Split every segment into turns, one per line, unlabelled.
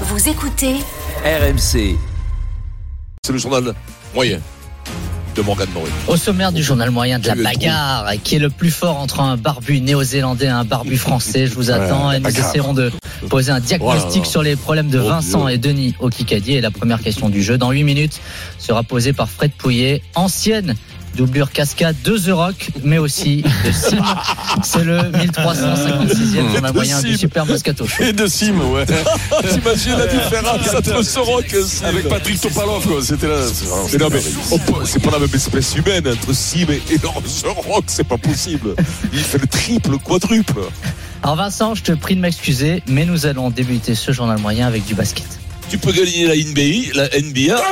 Vous écoutez
RMC.
C'est le journal moyen de Morgan Mori.
Au sommaire du journal moyen de la
Oui, le trou.
bagarre, qui est le plus fort entre un barbu néo-zélandais et un barbu français, je vous attends et nous
bagarre.
essaierons de poser un diagnostic
Voilà.
sur les problèmes de
Oh,
Vincent
Dieu.
et Denis au Kikadi. Et la première question du jeu, dans 8 minutes, sera posée par Fred Pouillet, ancienne doublure cascade de The Rock, mais aussi de Sim. C'est le 1356e journal moyen
Sim.
du Super Moscato Show.
Et de Sim, ouais. T'imagines la différence entre ce rock et Sim. Avec Patrick Topalov, quoi. C'était là. C'est non, mais on peut- c'est pas la même espèce humaine entre Sim et, et leur- ce rock, c'est pas possible. Il fait le triple, le quadruple.
Alors Vincent, je te prie de m'excuser, mais nous allons débuter ce journal moyen avec du basket.
Tu peux gagner la NBA, la NBA.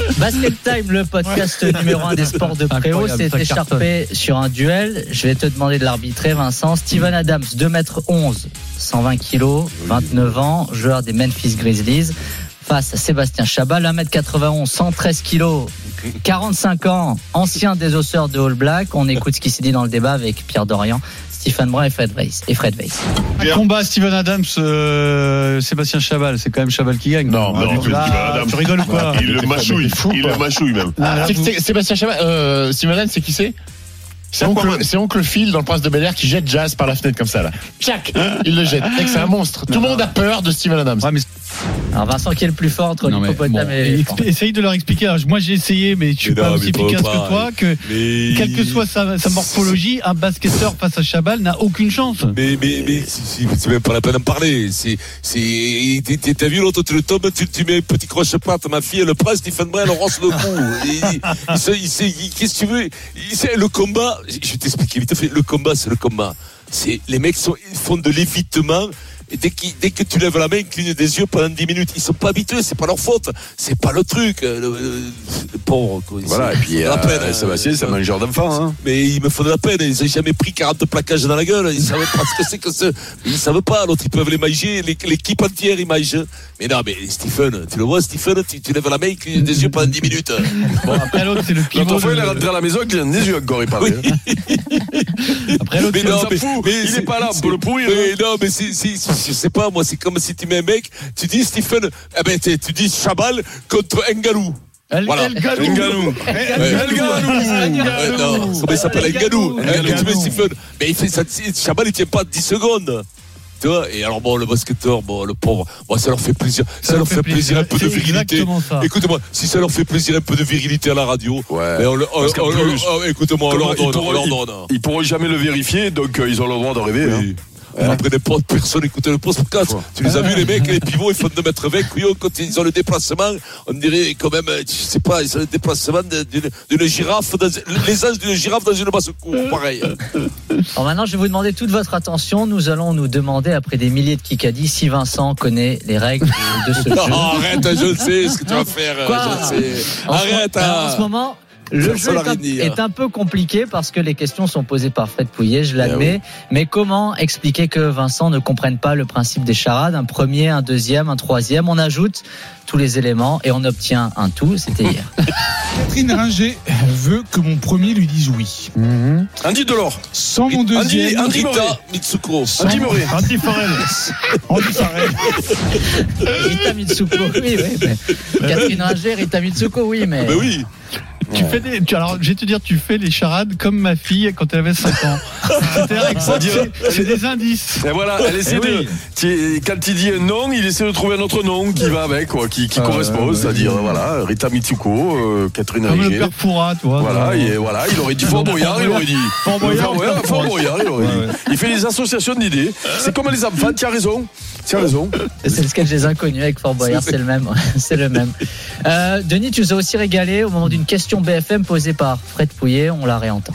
Basket Time, le podcast numéro 1 des sports de Préau,
Incroyable,
s'est
ça
écharpé sur un duel. Je vais te demander de l'arbitrer, Vincent.
Mm.
Steven Adams, 2m11, 120 kg, 29 ans, joueur des Memphis Grizzlies. Face à Sébastien Chabal, 1m91, 113 kg, 45 ans, ancien des osseurs de All Black. On écoute ce qui s'est dit dans le débat avec Pierre Dorian, Stephen Brun et Fred Weiss. Et Fred Weiss.
Un combat Steven Adams, euh, Sébastien Chabal, c'est quand même Chabal qui gagne.
Non, non,
du tout,
Steven
Ah,
là,
Adams.
Tu rigoles ou quoi
Il le mâchouille, il le mâchouille même.
C'est que c'est- Sébastien Chabal, euh, Steven Adams, c'est qui c'est c'est oncle, c'est oncle Phil dans le Prince de Bel Air qui jette Jazz par la fenêtre comme ça là. Tchac Il le jette. Mec, C'est un monstre. Tout le monde a peur de Steven Adams.
Ouais, mais-
Alors Vincent, qui est le plus fort entre
Non, mais
l'hippopotame
bon,
et...
expli- Essaye de leur expliquer. Alors, moi, j'ai essayé, mais je suis
Mais
pas
non, mais
aussi
il peut
efficace
pas.
que toi. Que,
Mais.
quelle que soit sa, sa morphologie, un basketteur face à Chabal n'a aucune chance.
Mais, mais, mais c'est- c'est c'est même pas la peine d'en parler. C'est, c'est, t'es- t'es- t'as vu l'autre, tu le tombes, tu, tu mets un petit croche-patte, ma fille, elle le presse, Stephen Brun, elle ronce le cou. Il- il se- il se- il- Qu'est-ce que tu veux? Il- c'est- le combat, je vais t'expliquer vite fait, le combat, c'est le combat. C'est, les mecs sont, ils font de l'évitement. Et dès, qu'ils- dès que tu lèves la main, ils clignent des yeux pendant 10 minutes. Ils sont pas habitués, c'est pas leur faute. C'est pas le truc. euh, Le, le- le pauvre, quoi.
Voilà, et
C'est-
puis
c'est la peine,
euh,
hein.
Sébastien, c'est un mangeur d'enfants. Hein.
Mais ils me font de la peine, ils n'ont jamais pris 40 plaquages dans la gueule, ils savent pas ce que c'est que ce. Ils savent pas, l'autre ils peuvent les manger, l'é- l'équipe entière ils mangent. Mais non, mais Stephen, tu le vois, Stephen, tu, tu lèves la main, il cligne des yeux pendant 10 minutes.
Bon, après l'autre, c'est le
L'autre
pivot.
fois,
de-
il est rentré à la maison, il a des yeux encore, il parlait. hein.
Après l'autre,
Mais
c'est le-
non,
s'en fout, il
c'est-
est pas là, on
c'est-
peut le pourrir, hein.
Mais non, mais c'est, c'est- c'est- je sais pas, moi, c'est comme si tu mets un mec, tu dis Stephen, eh ben, t'es- tu dis Chabal contre Ngalou.
El-
Voilà.
El Galou.
Ngannou.
Ouais.
El Galou. El Galou.
Ouais, non, comment il s'appelle Ngalou.
Ngannou.
Ngalou, tu mets
Ngannou.
Stephen. Mais il fait ça, Chabal, il tient pas 10 secondes. Tu vois, et alors bon, le basketteur, bon, le pauvre, bon, ça leur fait plaisir. Ça, leur fait plaisir, un peu de
C'est
virilité.
exactement ça.
Écoute-moi, si ça leur fait plaisir un peu de virilité à la radio,
Ouais.
mais on, le- on-
Parce qu'en
on-
plus,
on- écoute-moi, on
comment
leur
ils
donne, on
pourront-
leur donne.
Ils pourront jamais le vérifier, donc euh, ils ont le droit de rêver. hein.
Oui. Après des potes, personne n'écoutait le podcast.
Ouais.
Tu les as vus, les mecs, les pivots, ils font 2 mètres 20. couillon, quand ils ont le déplacement, on dirait quand même, euh, je sais pas, ils ont le déplacement de- d'une d'une girafe, dans, les âges d'une girafe dans une basse cour, pareil.
Alors maintenant, je vais vous demander toute votre attention. Nous allons nous demander, après des milliers de Kikadi, si Vincent connaît les règles de ce jeu.
Non, Ah, arrête, je le sais ce que tu vas faire.
Quoi
je le sais.
En ce moment-
Arrête.
alors, En
hein.
ce moment, le
Vincent
jeu est un,
Larini, hein.
est un peu compliqué parce que les questions sont posées par Fred Pouillet, je
Ben
l'admets. Mais comment expliquer que Vincent ne comprenne pas le principe des charades Un premier, un deuxième, un troisième. On ajoute tous les éléments et on obtient un tout. C'était hier.
Catherine Ringer veut que mon premier lui dise oui.
Andy Delors.
Sans mon
Andy,
deuxième.
Andy Moré.
Rita Mitsuko.
Andy Moré.
Anti-Forel. Anti-Forel.
Rita Mitsuko, oui, oui. mais- Catherine Ringer, Rita Mitsuko, oui, mais.
Mais Ben oui.
Tu fais des, tu- alors, je vais te dire, tu fais les charades comme ma fille quand elle avait 5 ans. C'est-à-dire que
Ça dit-
c'est- c'est des indices.
Et voilà, elle essaie
Eh
de. tu- Quand il dit un nom, il essaie de trouver un autre nom qui va avec, quoi, qui, qui
Euh,
correspond.
ouais.
C'est-à-dire, voilà, Rita Mitsuko, euh, Catherine
Comme le
Ringer.
père Foura, tu vois. Euh,
Voilà, il, est- voilà, il aurait dit Fort Boyard, il aurait dit.
Fort Boyard,
Fort Boyard,
Fort
Fort Boyard, il aurait dit. Il fait des associations d'idées. C'est comme les enfants, tu as raison. Tu as raison.
C'est le sketch des inconnus avec Fort Boyard, c'est le même. C'est le même. Euh, Denis, tu nous as aussi régalé au moment d'une question BFM posée par Fred Pouillet. On la réentend.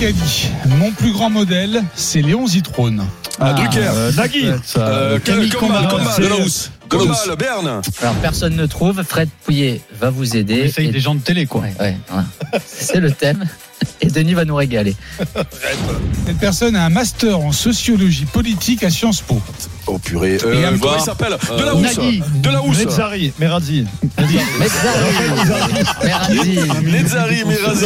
Qu'a dit Mon plus grand modèle, c'est Léon Zitrone.
Ah, Drucker.
Euh, Nagui.
Euh,
Camille
Combal,
Combal.
Combal,
C'est-
Delahousse, Delahousse. Combal, Berne.
Alors personne ne trouve. Fred Pouillet va vous
On
aider.
essaye
Et-
des gens de télé, quoi.
Ouais, ouais, voilà. C'est le thème. Et Denis va nous régaler.
Cette personne a un master en sociologie politique à Sciences Po.
Oh purée. Euh,
Et Hamza.
comment il s'appelle De la
Euh,
housse.
Nagui.
De la housse.
Mezzari, Merazzi.
Mezzari, Merazzi.
Nezari Merazi.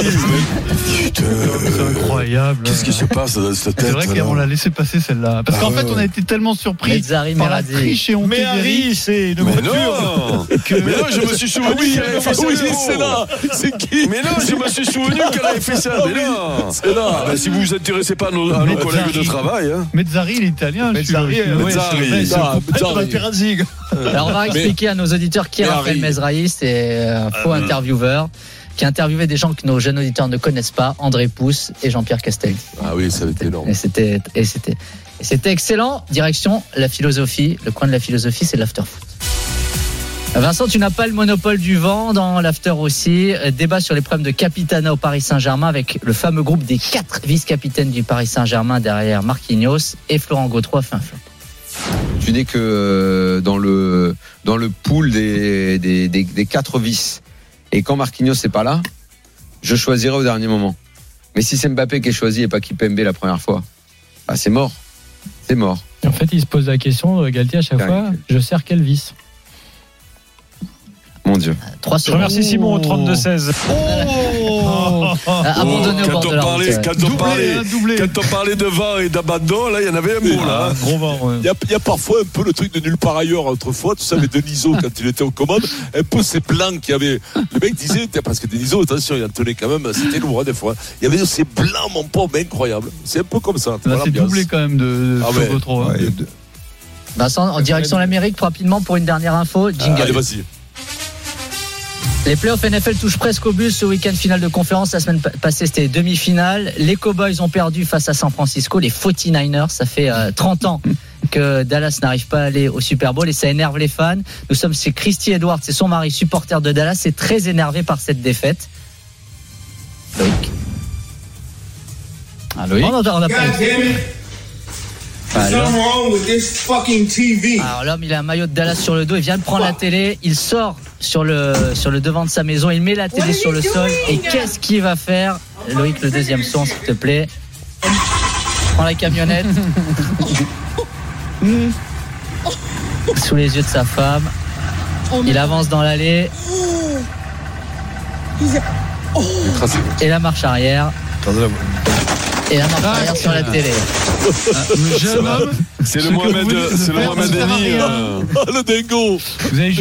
Putain.
C'est incroyable.
Qu'est-ce qui se passe dans cette tête
C'est vrai
là
qu'on l'a laissé passer celle-là. Parce
Ah
qu'en
ouais,
fait, on a
ouais.
été tellement surpris
Mezzari,
par la
Merazzi.
triche et on
Mais Harry, c'est une
Mais
voiture.
non Ah Mais non, je me suis souvenu qu'elle avait fait ça.
Ah oui, c'est là. C'est qui Ah
Mais non, je me suis souvenu qu'elle avait fait ça. Mais non
C'est là.
Ah bah, Si vous vous intéressez pas à nos, à nos
Mezzari.
collègues de travail, hein.
Mezzari, il est italien. je suis-
Mezzari,
je suis-
euh,
ouais,
Mezzari.
c'est vrai, c'est-
Ah, putain,
Pas de Perazzi.
Alors on va expliquer à nos auditeurs qui est
Mais
Raphaël
Harry.
Mezrahi, c'est euh, un faux intervieweur qui a interviewé des gens que nos jeunes auditeurs ne connaissent pas, André Pousse et Jean-Pierre Castel.
Ah oui, ça va être énorme.
Et c'était et c'était et c'était excellent. Direction la philosophie, le coin de la philosophie, c'est l'after foot. Vincent, tu n'as pas le monopole du vent dans l'after aussi. Euh, Débat sur les problèmes de capitana au Paris Saint-Germain avec le fameux groupe des quatre vice-capitaines du Paris Saint-Germain derrière Marquinhos et Florent Gautrois fin fin.
tu n'es que euh, dans le dans le pool des, des, des- des quatre vices. Et quand Marquinhos n'est pas là, je choisirai au dernier moment. Mais si c'est Mbappé qui est choisi et pas Kipembe la première fois, bah c'est mort. C'est mort.
En fait, il se pose la question, euh, Galtier, à chaque fois, je sers quel vice
Mon Dieu.
Trois
Je
secondes.
remercie Simon au 32-16.
Oh
Ah, abandonné au
quand
bord de
on
la route,
parlait,
ouais.
quand on
Doublé,
parlait,
hein, doublé. Ah,
quand on parlait de vent et d'abandon, là, il y en avait un mot, là. hein.
Gros vent, ouais.
Il y, a, il y a parfois un peu le truc de nulle part ailleurs autrefois. Tu savais Deniso quand il était aux commandes, un peu ces blancs qu'il y avait. Le mec disait, tiens, parce que Deniso, attention, il en tenait quand même, c'était lourd hein, des fois. Il y avait ces blancs, mon pauvre, mais incroyable. C'est un peu comme ça.
Là,
Voilà,
c'est
bien.
doublé quand même de, de
Ah ouais.
Flo Gautreau, hein.
Vincent, en direction l'Amérique, rapidement pour une dernière info. Jingle.
Ah, Allez, vas-y.
Les playoffs NFL touchent presque au but ce week-end finale de conférence. La semaine pa- passée, c'était demi-finale. Les Cowboys ont perdu face à San Francisco. Les 49ers, ça fait euh, 30 ans que Dallas n'arrive pas à aller au Super Bowl et ça énerve les fans. Nous sommes chez Christy Edwards, c'est son mari, supporter de Dallas, est très énervé par cette défaite. Loïc. Ah, Loïc. on a pas- Ah, l'homme- alors l'homme, il a un maillot de Dallas sur le dos, il vient de prendre la télé, il sort sur le, sur le devant de sa maison, il met la télé sur le sol et qu'est-ce qu'il va faire Loïc, le deuxième son, s'il te plaît. Prends la camionnette. Sous les yeux de sa femme. Il avance dans l'allée et la marche arrière. Et la marche arrière sur la télé.
Le jeune homme,
C'est le
Ce que vous
Mohamed,
venez de
c'est le
faire,
Mohamed
ça sert à
Ali.
rien.
euh,
Ah, le dingo
vous avez juste